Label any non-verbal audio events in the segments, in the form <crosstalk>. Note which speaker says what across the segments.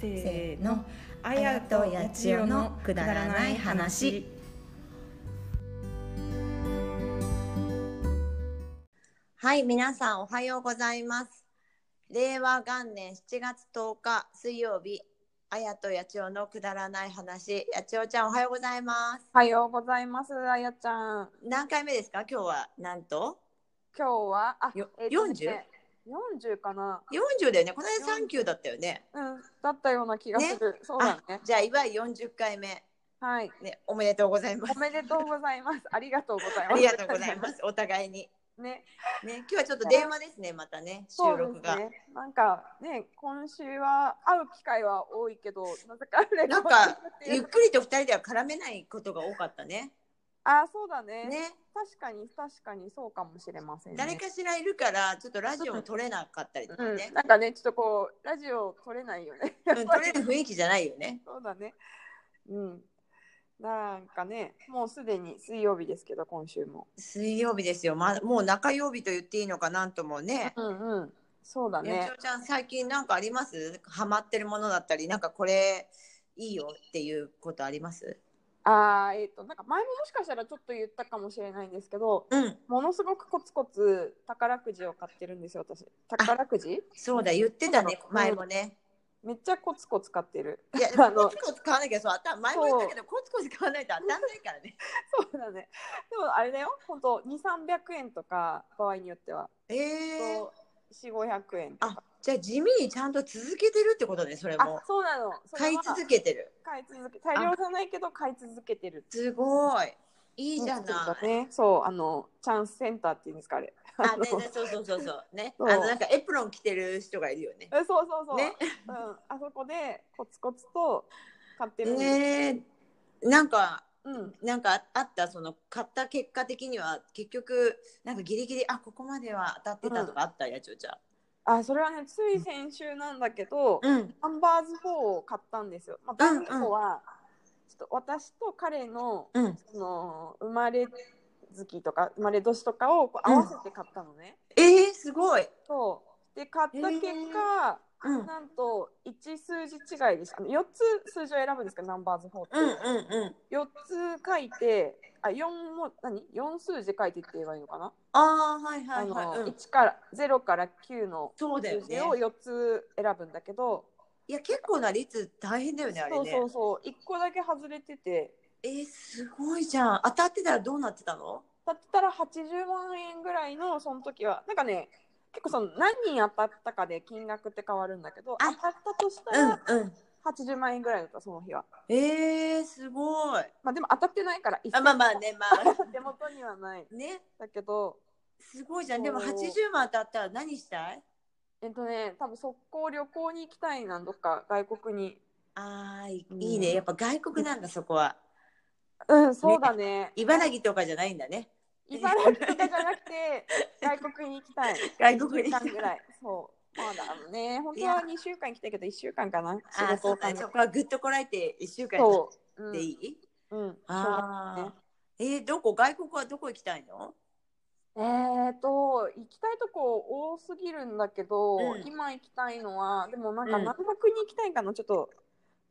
Speaker 1: せー
Speaker 2: せーの
Speaker 1: のあやとやちよのくだらない話
Speaker 2: はい皆さんおはようございます令和元年7月10日水曜日あやとやちおのくだらない話やちおちゃんおはようございます
Speaker 3: おはようございます、あやちゃん。
Speaker 2: 何回目ですか今日はなんと
Speaker 3: 今日は、あ、
Speaker 2: よ
Speaker 3: えっとね40かな。
Speaker 2: 40だよねこの間3級だったよね
Speaker 3: うん、だったような気がする。そうだね。
Speaker 2: じゃあいわゆる40回目
Speaker 3: はい。
Speaker 2: ねおめでとうございます
Speaker 3: お <laughs> めでとうございます。ありがとうござい
Speaker 2: あ
Speaker 3: ます。
Speaker 2: りがとうござい
Speaker 3: <laughs>
Speaker 2: ますお互いに
Speaker 3: す。ね、
Speaker 2: ね今日はちょっと電話ですねまたね収
Speaker 3: そう
Speaker 2: 録
Speaker 3: です
Speaker 2: が、
Speaker 3: ね。なんかね、今週は会う機会は多いけど、なぜかレコ
Speaker 2: なん
Speaker 3: ード
Speaker 2: か
Speaker 3: ってい
Speaker 2: ゆっ
Speaker 3: う
Speaker 2: くりと二人では絡めないことが多かったね
Speaker 3: あ、そうだね
Speaker 2: ね
Speaker 3: 確かに確かにそうかもしれませんね。
Speaker 2: 誰かしらいるからちょっとラジオも撮れなかったりとか
Speaker 3: う
Speaker 2: ね
Speaker 3: ん、、なんかね、ちょっとこうラジオ撮れないよね。 <laughs>
Speaker 2: うん、撮れる雰囲気じゃないよね
Speaker 3: そうだね。うん。なんかね、もうすでに水曜日ですけど、今週も。
Speaker 2: 水曜日ですよ、まあ、もう中曜日と言っていいのかなんともね
Speaker 3: うんうん。そうだ
Speaker 2: ね
Speaker 3: ね
Speaker 2: ち。おちゃん最近なんかありますハマってるものだったりなんかこれいいよっていうことあります
Speaker 3: あーえっ、と、なんか前ももしかしたらちょっと言ったかもしれないんですけど、
Speaker 2: うん
Speaker 3: ものすごくコツコツ宝くじを買ってるんですよ、私。宝くじ
Speaker 2: そうだ言ってたね
Speaker 3: うん
Speaker 2: 前もね、
Speaker 3: めっちゃコツコツ買ってる。 <laughs>
Speaker 2: いや
Speaker 3: あの
Speaker 2: コツコツ買わなきゃそう当た前も言ったけどコツコツ買わないと当たんないから
Speaker 3: <laughs>
Speaker 2: ね
Speaker 3: そうだね。でもあれだよ、本当2、300円とか、場合によっては。
Speaker 2: ええー、
Speaker 3: 4、500円と
Speaker 2: あ
Speaker 3: か。
Speaker 2: じゃあ地味にちゃんと続けてるってことねそれ
Speaker 3: あ
Speaker 2: も
Speaker 3: そうなの。そ
Speaker 2: 買
Speaker 3: れは
Speaker 2: い続けてる
Speaker 3: 買い続け、大量じゃないけど買い続けてる
Speaker 2: すごいいいじゃな
Speaker 3: そう
Speaker 2: い、
Speaker 3: だね、そう、あの、チャンスセンターっていうんですか、あれ。
Speaker 2: あ
Speaker 3: <laughs>
Speaker 2: ねねそうそうそうそうね
Speaker 3: そう
Speaker 2: あのなんかエプロン着てる人がいるよね
Speaker 3: えそうそうそう、
Speaker 2: ね
Speaker 3: うん、あそこでコツコツと買ってるんです。
Speaker 2: えー、なんか
Speaker 3: うん、
Speaker 2: なんかあったその買った結果的には結局なんかギリギリあここまでは当たってたとかあった、やちょちゃん
Speaker 3: あ、それはね、つい先週なんだけど、
Speaker 2: うん
Speaker 3: ハンバーズ4を買ったんですよ。まあ、
Speaker 2: うん
Speaker 3: バンコは、ちょっと私と彼の、
Speaker 2: うん
Speaker 3: その、生まれ月とか、生まれ年とかをこう合わせて買ったのね。
Speaker 2: えー、すごい
Speaker 3: そう。で、買った結果、
Speaker 2: うんうん
Speaker 3: なんと1数字違いでしたあの4つ数字を選ぶんですけどナンバーズ4って、
Speaker 2: うんうん
Speaker 3: 4つ書いてあ4も何4数字書いてって言えばいいのかな、
Speaker 2: ああはいはいは
Speaker 3: あ
Speaker 2: い、
Speaker 3: の
Speaker 2: うん、
Speaker 3: 1から0から9の
Speaker 2: そうだよ
Speaker 3: 数字
Speaker 2: ね
Speaker 3: を4つ選ぶんだけど、
Speaker 2: いや結構な率大変だよねあれ
Speaker 3: そう
Speaker 2: ね
Speaker 3: そうそう1個だけ外れてて
Speaker 2: えー、すごいじゃん当たってたらどうなってたの
Speaker 3: だったら80万円ぐらいのその時はなんかね結構その何人当たったかで金額って変わるんだけど当
Speaker 2: あ
Speaker 3: たったとしたら
Speaker 2: うんうん
Speaker 3: 80万円ぐらいだったその日は、
Speaker 2: えー、すごい
Speaker 3: まあでも当たってないから一
Speaker 2: あ
Speaker 3: 銭
Speaker 2: まあまあねまあ
Speaker 3: 手元にはない
Speaker 2: <laughs> ね
Speaker 3: だけど
Speaker 2: すごいじゃんでも
Speaker 3: そう
Speaker 2: 80万当たったら何したい
Speaker 3: えっとね多分速攻旅行に行きたいなどっか外国に
Speaker 2: あーい
Speaker 3: うん
Speaker 2: いいねやっぱ外国 <laughs> なんだそこは
Speaker 3: うん、そうだね。
Speaker 2: 茨城とかじゃないんだね
Speaker 3: 茨城とかじゃなくて、外国に行きたい。
Speaker 2: 外国に
Speaker 3: 一週間ぐらい。そう。まだあのね、本当は二週間行きたいけど、一週間かな。仕
Speaker 2: あー
Speaker 3: 事
Speaker 2: そ
Speaker 3: を
Speaker 2: うだ
Speaker 3: 考
Speaker 2: ねそこはぐっとこらえて1週間
Speaker 3: えそう。うん
Speaker 2: でいい、
Speaker 3: うん。そう
Speaker 2: ああ、えーどこ外国はどこ行きたいの
Speaker 3: えーと、行きたいとこ多すぎるんだけど、
Speaker 2: うん
Speaker 3: 今行きたいのは、でもなんか
Speaker 2: うん
Speaker 3: 南国に行きたいかな、ちょっと。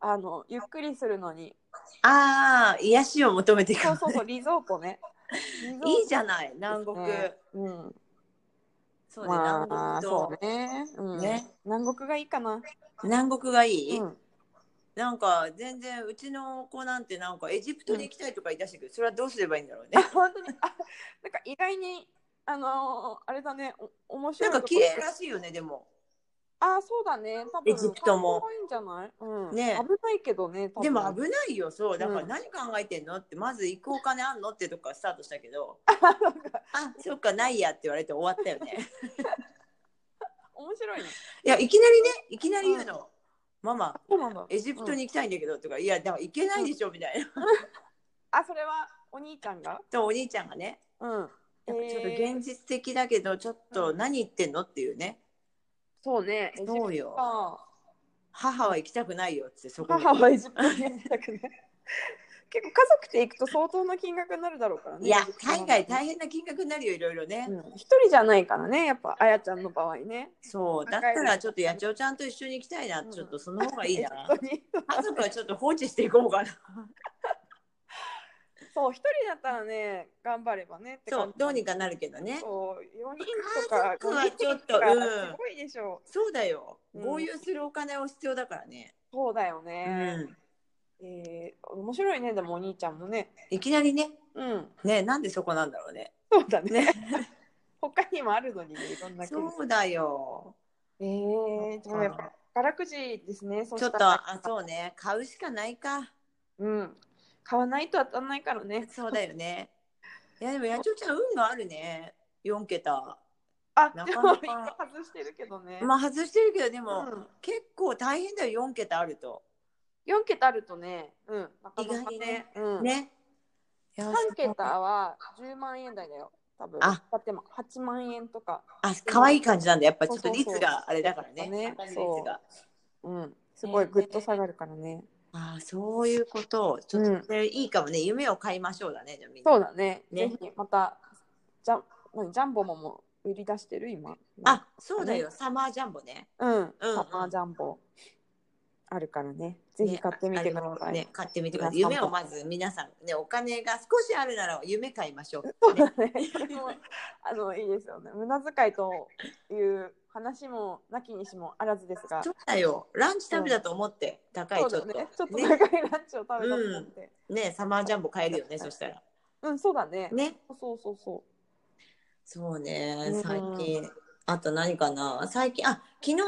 Speaker 3: あのゆっくりするのに
Speaker 2: ああ癒しを求めていく
Speaker 3: そうそ
Speaker 2: <laughs>
Speaker 3: うそうリゾートねリゾート
Speaker 2: いいじゃない南国、
Speaker 3: ねうん
Speaker 2: そうね、
Speaker 3: ま
Speaker 2: 南
Speaker 3: あ
Speaker 2: 国と
Speaker 3: そうね,、うん、
Speaker 2: ね
Speaker 3: 南国がいいかな、
Speaker 2: 南国がいい、
Speaker 3: うん
Speaker 2: なんか全然うちの子なんてなんかエジプトに行きたいとか言い出してくる、それはどうすればいいんだろ <laughs> うね
Speaker 3: 本当にあなんか意外にあのーあれだねお面白
Speaker 2: ないんか
Speaker 3: とこ
Speaker 2: 綺麗らしいよねでも
Speaker 3: あそうだね多分
Speaker 2: エジプトも
Speaker 3: 観光がいいんじゃない、うん、
Speaker 2: ね
Speaker 3: 危ないけどね多分
Speaker 2: でも危ないよそうだから
Speaker 3: うん
Speaker 2: 何考えてんのってまず行くお金あんのってとこからスタートしたけ <laughs> ど
Speaker 3: なんか
Speaker 2: あそっかないやって言われて終わったよね
Speaker 3: 面白いね
Speaker 2: <laughs> いやいきなりねいきなり言うの、ママ
Speaker 3: そうなんだ
Speaker 2: エジプトに行きたいんだけどとか、いやだから行けないでしょみたいな、
Speaker 3: あそれはお兄ちゃんが
Speaker 2: とお兄ちゃんがね
Speaker 3: うん
Speaker 2: なんかちょっと
Speaker 3: えー
Speaker 2: 現実的だけどちょっと何言ってんのっていうね
Speaker 3: そうねエジプト
Speaker 2: そうよ
Speaker 3: か
Speaker 2: 母は行きたくないよってそこに
Speaker 3: 母はエジプトに行きたくない結構家族で行くと相当な金額になるだろうからね。
Speaker 2: いや、海外大変な金額になるよ、いろいろね。
Speaker 3: うん一人じゃないからね、やっぱあやちゃんの場合ね。
Speaker 2: そう、だったらちょっと野鳥ちゃんと一緒に行きたいな、
Speaker 3: うん
Speaker 2: ちょっと <laughs> その方がいいな。
Speaker 3: 本当に
Speaker 2: 家族はちょっと放置していこうかな。
Speaker 3: そう、一人だったらね、頑張ればねって
Speaker 2: そ
Speaker 3: 感
Speaker 2: う
Speaker 3: じ、
Speaker 2: どうにかなるけどね。
Speaker 3: そう、4人とか、
Speaker 2: 家族はちょっと
Speaker 3: 5人
Speaker 2: うん
Speaker 3: かすごいでしょう。
Speaker 2: そうだよ。
Speaker 3: うん
Speaker 2: 合流するお金を必要だからね。
Speaker 3: そうだよ
Speaker 2: う
Speaker 3: ね。
Speaker 2: ん。
Speaker 3: えー面白いね、でもお兄ちゃんもね。
Speaker 2: いきなりね、
Speaker 3: うん、
Speaker 2: ね、なんでそこなんだろうね。
Speaker 3: そうだね。 <laughs> 他にもあるのにね、いろんなケース
Speaker 2: そうだよ。
Speaker 3: えー、でもやっぱ、宝くじですね、そ
Speaker 2: ちょっ
Speaker 3: した
Speaker 2: と、
Speaker 3: ら
Speaker 2: あ、そうね、買うしかないか。
Speaker 3: うん。買わないと当たんないからね。
Speaker 2: そうだよね。いや、でも野鳥ちゃん運があるね。四桁。
Speaker 3: あ、
Speaker 2: な
Speaker 3: で
Speaker 2: か
Speaker 3: も
Speaker 2: な
Speaker 3: 一
Speaker 2: か
Speaker 3: 個外してるけどね。
Speaker 2: まあ、外してるけど、でも、
Speaker 3: うん、
Speaker 2: 結構大変だよ、四桁あると。
Speaker 3: 4桁あるとね、うん、なかなかね
Speaker 2: 意外にね
Speaker 3: うん、
Speaker 2: ね。いや
Speaker 3: 3桁は10万円台だよ、多分。
Speaker 2: あ
Speaker 3: だってまあ8万円とか。
Speaker 2: あ、可愛い感じなんだ。やっぱちょっ
Speaker 3: そ
Speaker 2: と
Speaker 3: うそうそう
Speaker 2: 率があれだからね。
Speaker 3: ね
Speaker 2: 当たり率
Speaker 3: そう
Speaker 2: が
Speaker 3: うん、すごい
Speaker 2: ね
Speaker 3: ぐっと下がるからね。
Speaker 2: ああ、そういうこと。ちょっと、
Speaker 3: うん
Speaker 2: それいいかもね。夢を買いましょうだね。じゃあみんな
Speaker 3: そうだね。
Speaker 2: ね
Speaker 3: ぜひまた、ジャン何ジャンボももう売り出してる今。
Speaker 2: あ、そうだよ。サマージャンボね。
Speaker 3: うん、
Speaker 2: うん
Speaker 3: サマージャンボあるからね。ぜひ買ってみてくださ
Speaker 2: あの
Speaker 3: い。
Speaker 2: ね、買ってみてください。
Speaker 3: 皆さんも
Speaker 2: 夢をまず皆さんね、お金が少しあるなら夢買いましょう。
Speaker 3: そうだね。もう <laughs> あのいいですよね。無駄遣いという話もなきにしもあらずですが、
Speaker 2: そうだよ。ランチ食べたと思って、高いちょ
Speaker 3: そ
Speaker 2: っ
Speaker 3: うだ
Speaker 2: と。
Speaker 3: ね。ちょっと
Speaker 2: ね
Speaker 3: 長いランチを食べたと思って。
Speaker 2: ね、サマージャンボ買えるよね。そしたら。
Speaker 3: うん、そうだね。
Speaker 2: ね。
Speaker 3: そうそうそ
Speaker 2: そうね
Speaker 3: うん、
Speaker 2: 最近。あと何かな最近、あ、昨日ね、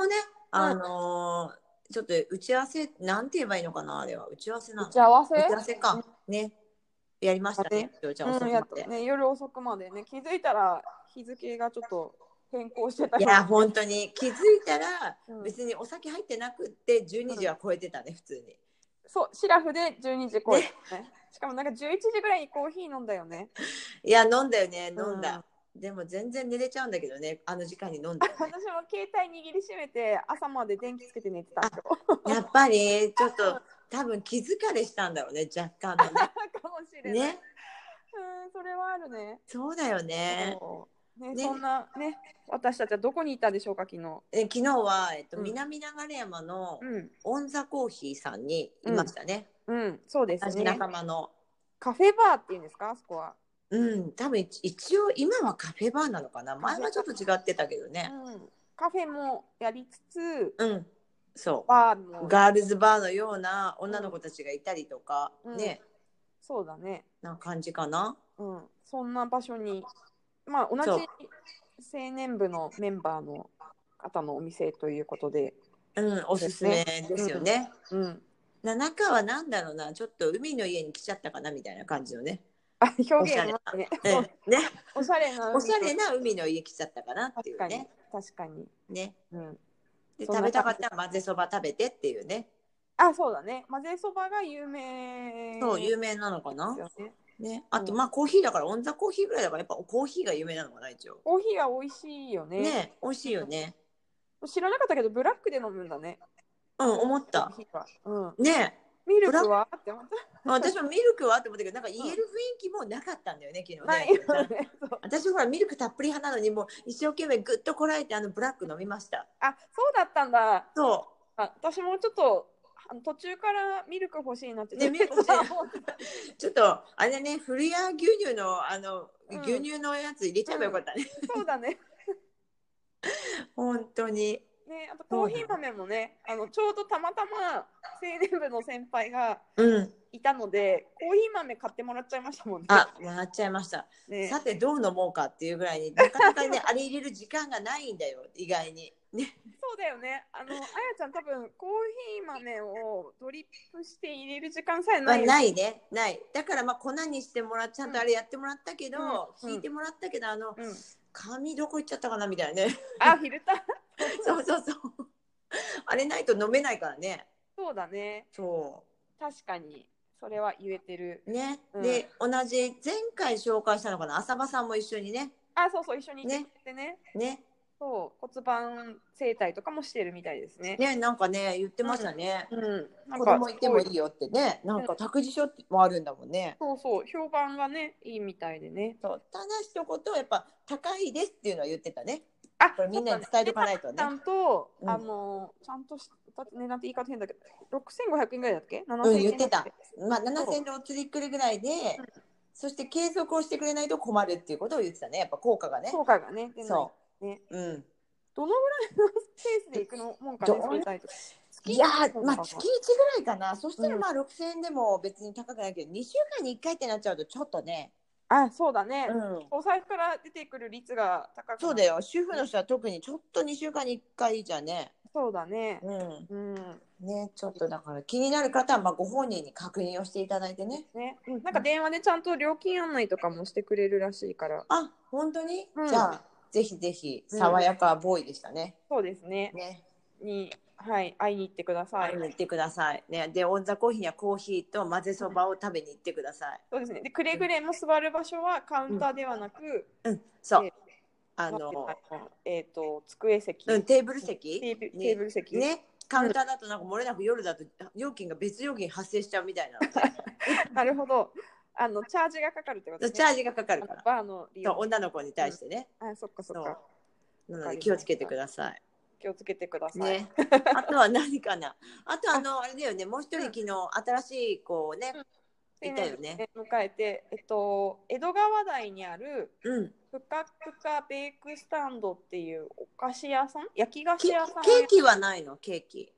Speaker 2: あのーちょっと打ち合わせ、なんて言えばいいのかなあれは。打ち合わせ
Speaker 3: う。
Speaker 2: な
Speaker 3: 打
Speaker 2: の
Speaker 3: ち合わせ
Speaker 2: 打ち合わせか。ね。やりましたね。ちゃん遅
Speaker 3: う
Speaker 2: く
Speaker 3: ん、
Speaker 2: ま
Speaker 3: やっと
Speaker 2: で。
Speaker 3: ね、夜遅くまでね、気づいたら日付がちょっと変更してた
Speaker 2: い
Speaker 3: り
Speaker 2: や、本当に気づいたら
Speaker 3: うん、
Speaker 2: 別にお酒入ってなくって、12時は超えてたね、普通に。
Speaker 3: そう、シラフで12時超えたね。しかもなんか11時ぐらいにコーヒー飲んだよね。
Speaker 2: いや、飲んだよね、
Speaker 3: うん
Speaker 2: 飲んだ。でも全然寝れちゃうんだけどね、あの時間に飲んだよ
Speaker 3: 私
Speaker 2: ね。
Speaker 3: も携帯握りしめて朝まで電気つけて寝てたんですよ。 <laughs>
Speaker 2: やっぱり、ちょっと、多分気疲れしたんだろうね、若干のね。
Speaker 3: かもしれない。
Speaker 2: ね
Speaker 3: うん、それはあるね。
Speaker 2: そうだよね。
Speaker 3: そうね
Speaker 2: ね
Speaker 3: そんなね、私たちはどこにいたでしょうか、昨日。
Speaker 2: え昨日は、えっと、
Speaker 3: うん
Speaker 2: 南流山の
Speaker 3: うん、
Speaker 2: オンザコーヒーさんにいましたね。
Speaker 3: うん、そうです
Speaker 2: 私
Speaker 3: ね
Speaker 2: 仲。間の。
Speaker 3: カフェバーっていうんですか、あそこは。
Speaker 2: うん、多分一一応今はカフェバーなのかな前はちょっと違ってたけどね。
Speaker 3: うん、カフェもやりつつ、
Speaker 2: うん、そ
Speaker 3: バーも
Speaker 2: う。。ガールズバーのような女の子たちがいたりとか、
Speaker 3: うん
Speaker 2: ね、
Speaker 3: そうだね。
Speaker 2: な感じかな。
Speaker 3: うん、そんな場所に。まあ、同じ
Speaker 2: そう
Speaker 3: 青年部のメンバーの方のお店ということで。
Speaker 2: うん、おすすめですよね。 <laughs>
Speaker 3: うん。
Speaker 2: な中はなんだろうな、ちょっと海の家に来ちゃったかなみたいな感じのね。
Speaker 3: あ、表現もあってね。
Speaker 2: うんね、
Speaker 3: おしゃれな。
Speaker 2: おしゃれな海の家来ちゃったかなってい
Speaker 3: 確
Speaker 2: う
Speaker 3: かに
Speaker 2: ね。。
Speaker 3: 確かに。
Speaker 2: ね
Speaker 3: うん。
Speaker 2: で
Speaker 3: そんな
Speaker 2: 食べたかったら混ぜそば食べてっていうね。
Speaker 3: あ、そうだね。混ぜそばが有名。
Speaker 2: そう、有名なのかな
Speaker 3: で。すよね。
Speaker 2: ね、あと、
Speaker 3: うん
Speaker 2: まあ、コーヒーだから、オンザコーヒーぐらいだから、やっぱコーヒーが有名なのかな、一応。
Speaker 3: コーヒーは美味しいよね。
Speaker 2: ね、美味しいよね。
Speaker 3: 知らなかったけど、ブラックで飲むんだね。
Speaker 2: うん、思った。
Speaker 3: コーヒーは。うん。
Speaker 2: ね、
Speaker 3: ミルクはって思っ
Speaker 2: 私もミルクはって思ったけど、なんか言える雰囲気もなかったんだよね、昨
Speaker 3: た。ない
Speaker 2: 日ね。
Speaker 3: よね。そう
Speaker 2: 私ほらミルクたっぷり派なのにもう一生懸命ぐっとこらえてあのブラック飲みました
Speaker 3: あ、そうだったんだ。
Speaker 2: そ
Speaker 3: あ私もちょっとあの途中からミルク欲しいなって。
Speaker 2: ねミルク欲し
Speaker 3: <laughs>
Speaker 2: いうちょっとあれねフリア牛乳のあの、
Speaker 3: うん
Speaker 2: 牛乳のやつ入れちゃえばよかったね、
Speaker 3: そうだね。
Speaker 2: 本当に
Speaker 3: ね、あとコーヒー豆もね、あのちょうどたまたま青年部の先輩が
Speaker 2: うん
Speaker 3: いたので、コーヒー豆買ってもらっちゃいましたもんね。
Speaker 2: あもらっちゃいました、
Speaker 3: ね
Speaker 2: さてどう飲もうかっていうぐらいになかなかねあれ入れる時間がないんだよ意外にね
Speaker 3: そうだよね。あのあやちゃん多分コーヒー豆をドリップして入れる時間さえ
Speaker 2: ま
Speaker 3: な
Speaker 2: あ、
Speaker 3: い。
Speaker 2: ないねないだからまあ粉にしてもらっちゃんとあれやってもらったけど、
Speaker 3: うん
Speaker 2: 引いてもらったけどあの
Speaker 3: うん。
Speaker 2: 紙どこ行っちゃったかなみたいなね
Speaker 3: あ、フィルター。
Speaker 2: <laughs> そうそうそうあれないと飲めないからね
Speaker 3: そうだね。
Speaker 2: そう
Speaker 3: 確かにそれは言えてる。
Speaker 2: ね、
Speaker 3: うん
Speaker 2: で同じ前回紹介したのかな浅場さんも一緒にね
Speaker 3: あ、そうそう一緒に行ってくれてね。
Speaker 2: ね
Speaker 3: そう骨盤整体とかもしてるみたいですね。
Speaker 2: ね、なんかね、言ってましたね。
Speaker 3: うん、なん
Speaker 2: 子
Speaker 3: か
Speaker 2: 供いてもいいよってね、なんか託児所もあるんだもんね。
Speaker 3: そうそう評判がねいいみたいでね。
Speaker 2: そうただ一言はやっぱ高いですっていうのは言ってたね。
Speaker 3: あ
Speaker 2: これみんなに伝えとかないとね
Speaker 3: ちゃんと、
Speaker 2: うん
Speaker 3: あのちゃんとし値段って言い方変だけど6500円ぐらいだっけ
Speaker 2: う
Speaker 3: ?7000 円
Speaker 2: ん、言ってた。まあ、
Speaker 3: そう
Speaker 2: 7000のつりくりぐらいで、そして継続をしてくれないと困るっていうことを言ってたね。やっぱ効果がね。
Speaker 3: 効果がね出ない
Speaker 2: そ
Speaker 3: ね
Speaker 2: う。うん。
Speaker 3: どのぐらいのペースで行くのもんかね
Speaker 2: どう
Speaker 3: それたいと
Speaker 2: いやー、まあ、月1
Speaker 3: 月
Speaker 2: ぐらいかな。そしたらまあ、6000円でも別に高くないけど、2週間に1回ってなっちゃうとちょっとね。
Speaker 3: あそうだね、
Speaker 2: うん。
Speaker 3: お財布から出てくる率が高く
Speaker 2: そうだよ。主婦の人は特にちょっと2週間に1回じゃね。
Speaker 3: そうだね
Speaker 2: うん。
Speaker 3: うん
Speaker 2: ね、ちょっとだから気になる方は、まあ、ご本人に確認をしていただいてね。
Speaker 3: ね、なんか電話でちゃんと料金案内とかもしてくれるらしいから
Speaker 2: あ、本当に、
Speaker 3: うん
Speaker 2: じゃあ、ぜひぜひ、
Speaker 3: うん
Speaker 2: 爽やかボーイでしたね。
Speaker 3: そうですね
Speaker 2: ね。
Speaker 3: にはい会いに行ってください、
Speaker 2: 会いに行ってください。ね。で、オンザコーヒーにはコーヒーと混ぜそばを食べに行ってください。
Speaker 3: そうですねでくれぐれも座る場所はカウンターではなく、
Speaker 2: うん、そう
Speaker 3: で。
Speaker 2: あ
Speaker 3: なんていう
Speaker 2: の
Speaker 3: か、えっ、と机席、
Speaker 2: うん、テーブル席
Speaker 3: テーブル
Speaker 2: に
Speaker 3: テーブル席、
Speaker 2: ね。カウンターだとなんか漏れなく夜だと料金が別料金発生しちゃうみたいなので
Speaker 3: なるほどあのチャージがかかるってこと
Speaker 2: そうチャージがかかるか
Speaker 3: あの
Speaker 2: ら
Speaker 3: バーの利
Speaker 2: そう
Speaker 3: 用
Speaker 2: 女の子に対してね、
Speaker 3: あそっかそっ
Speaker 2: そ
Speaker 3: か
Speaker 2: うなので気をつけてください。
Speaker 3: 気をつけてください、 <laughs>
Speaker 2: ね、あとは何かな。あとあのあれだよね。もう一人昨日新しい子をね、
Speaker 3: で
Speaker 2: いたよね。
Speaker 3: 迎えてえっと江戸川台にある
Speaker 2: うん。
Speaker 3: ふかふかベークスタンドっていうお菓子屋さん焼き菓
Speaker 2: ケ
Speaker 3: 子
Speaker 2: ケ
Speaker 3: 屋さん
Speaker 2: ーキはないのケーキ。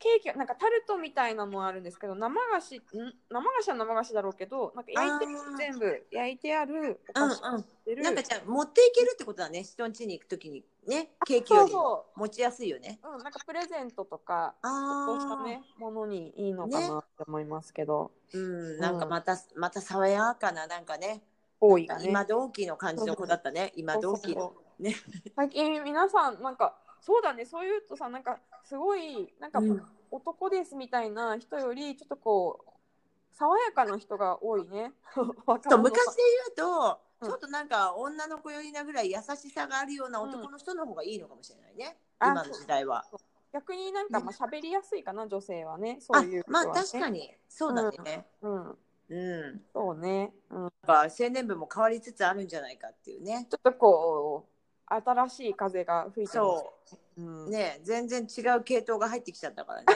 Speaker 3: ケーキなんかタルトみたいなのもあるんですけど生菓子ん生菓子は生菓子だろうけどなんか焼いて
Speaker 2: あー
Speaker 3: 全部焼いてあるお
Speaker 2: う
Speaker 3: 菓子
Speaker 2: ん
Speaker 3: て
Speaker 2: う
Speaker 3: る
Speaker 2: ん。なんかじゃあ持っていけるってことだね。人ん家に行くときにね、ケーキよ
Speaker 3: そう
Speaker 2: りも
Speaker 3: そ
Speaker 2: 持ちやすいよね。
Speaker 3: う、うん、なんかプレゼントとか
Speaker 2: あ
Speaker 3: そうした
Speaker 2: あ、
Speaker 3: ねものにいいのか
Speaker 2: ね
Speaker 3: なって思いますけど、
Speaker 2: うん。なんかまたまた爽やかななんかね、
Speaker 3: 多いがね
Speaker 2: 今同期の感じの子だったね。今同期の。ね
Speaker 3: 最近皆さんなんかそうだねそういうとさなんかすごいなんか
Speaker 2: うん
Speaker 3: 男ですみたいな人よりちょっとこう爽やかな人が多
Speaker 2: <laughs>
Speaker 3: いね
Speaker 2: ちょっと
Speaker 3: 若者
Speaker 2: 昔で言うと、
Speaker 3: うん
Speaker 2: ちょっとなんか女の子寄りなぐらい優しさがあるような男の人の方がいいのかもしれないね、
Speaker 3: うん
Speaker 2: 今の時代は。
Speaker 3: 逆になんかまあ喋りやすいかな女性はねそ
Speaker 2: あ
Speaker 3: ういう人
Speaker 2: ま
Speaker 3: は
Speaker 2: あ
Speaker 3: ね、
Speaker 2: 確かにそうだね。
Speaker 3: うん
Speaker 2: うん、
Speaker 3: そうね、うん、
Speaker 2: なんか青年部も変わりつつあるんじゃないかっていうね。
Speaker 3: ちょっとこう新しい風が吹いてます
Speaker 2: そ
Speaker 3: うん
Speaker 2: うね全然違う系統が入ってきちゃったからね。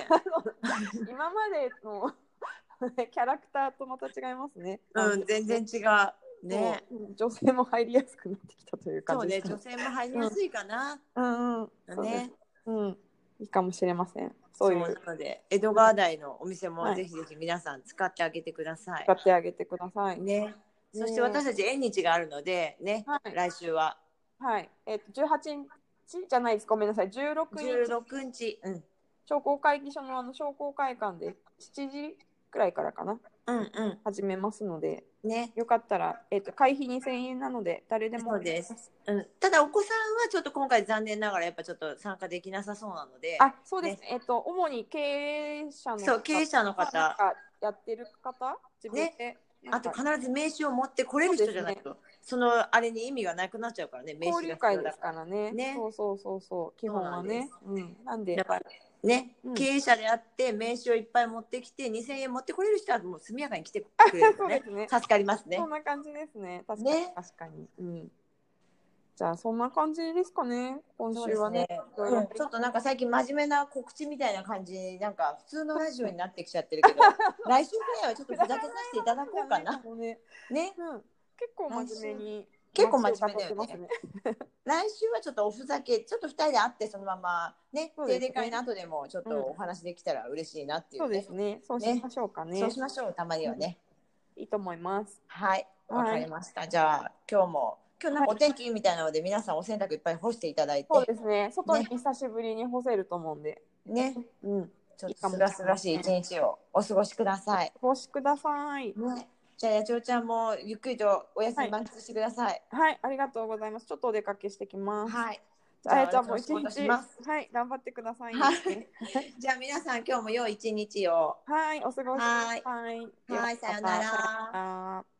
Speaker 3: 今までの <laughs> キャラクターとまた違いますね。
Speaker 2: うん全然違うね。
Speaker 3: そううん女性も入りやすくなってきたという感
Speaker 2: そう
Speaker 3: じ
Speaker 2: ね
Speaker 3: ですか
Speaker 2: 女性も入りやすいかな。
Speaker 3: うんうんそうです
Speaker 2: ね。
Speaker 3: うんいいかもしれません。そういう
Speaker 2: なので江戸川台のお店
Speaker 3: は
Speaker 2: も
Speaker 3: い
Speaker 2: ぜひぜひ皆さん使ってあげてください
Speaker 3: 使。ってあげてください。
Speaker 2: ね。そして
Speaker 3: ね
Speaker 2: 私たち縁日があるのでね、
Speaker 3: はい
Speaker 2: 来週は
Speaker 3: はい。えっ、と18日じゃないです。ごめんなさい。16日
Speaker 2: 16日、うん、
Speaker 3: 商工会議所のあの商工会館で7時くらいからかな
Speaker 2: うんうん
Speaker 3: 始めますので、
Speaker 2: ね
Speaker 3: よかったらえっ、と会費2000円なので誰でも
Speaker 2: そうです、うん、ただお子さんはちょっと今回残念ながらやっぱちょっと参加できなさそうなので
Speaker 3: あ、そうですね。えっと、主に経営者の方
Speaker 2: そう経営者の方
Speaker 3: なんかやってる方、自分で。な
Speaker 2: あ
Speaker 3: ん
Speaker 2: と
Speaker 3: か
Speaker 2: 必ず名刺を持ってこれる人じゃないとそ,、のあれに意味がなくなっちゃうからね名
Speaker 3: 交
Speaker 2: 刺
Speaker 3: 流
Speaker 2: が
Speaker 3: 会
Speaker 2: 必要
Speaker 3: で
Speaker 2: だ
Speaker 3: す
Speaker 2: か
Speaker 3: からね。
Speaker 2: ね
Speaker 3: そうそうそうそう、基本はね。うん、なんで
Speaker 2: だ。からね、
Speaker 3: うん
Speaker 2: 経営者であって名刺をいっぱい持ってき
Speaker 3: <laughs>
Speaker 2: て2000円持ってこれる人はもう速やかに来てくれる
Speaker 3: そ
Speaker 2: と
Speaker 3: うで
Speaker 2: ね
Speaker 3: すね。
Speaker 2: 助かりますね
Speaker 3: そんな感じですね。確かに、
Speaker 2: ね
Speaker 3: 確かに。うん。じゃあ、そんな感じですかね。今
Speaker 2: そう
Speaker 3: 週
Speaker 2: です
Speaker 3: はね
Speaker 2: ね。うん、ちょっとなんか最近真面目な告知みたいな感じになんか普通のラジオになってきちゃってるけ
Speaker 3: <laughs>
Speaker 2: ど来週ぐらいはちょっとふざけさせていただこうかな。
Speaker 3: もね
Speaker 2: ね
Speaker 3: うん。結構真面目に。
Speaker 2: 結構真面目だよね
Speaker 3: 街を語ってます
Speaker 2: 来週はちょっとおふざけちょっと2人で会ってそのままね
Speaker 3: そう
Speaker 2: 定
Speaker 3: ですね
Speaker 2: 例会の後でもちょっとお話できたら嬉しいなってい,、
Speaker 3: そううで
Speaker 2: ね
Speaker 3: すね。そうしましょうか
Speaker 2: そう
Speaker 3: ね。
Speaker 2: しましょうたまにはね、
Speaker 3: いいと思います。
Speaker 2: はいわかりました、じゃあ今日も今日なんかお天気いいみたいなので皆さんお洗濯いっぱい干していただいて
Speaker 3: そうですね。外に久しぶりに干せると思うんで。
Speaker 2: ね
Speaker 3: うん。
Speaker 2: ちょっとすがすがしい一日をお過ごしください、
Speaker 3: 干しください。
Speaker 2: ね、じゃあ野鳥ちゃんもゆっくりとお休み満喫してください
Speaker 3: はい、ありがとうございます。ちょっとお出かけしてきます。
Speaker 2: はい
Speaker 3: じゃあ、あやちゃんも一
Speaker 2: じゃあ私
Speaker 3: 日、
Speaker 2: も仕事しま
Speaker 3: はい、頑張ってくださいね、
Speaker 2: はいじゃあ皆さん今日も良い一日を。
Speaker 3: はい、お過ごしください。
Speaker 2: はいさようなら
Speaker 3: ではまたさようなら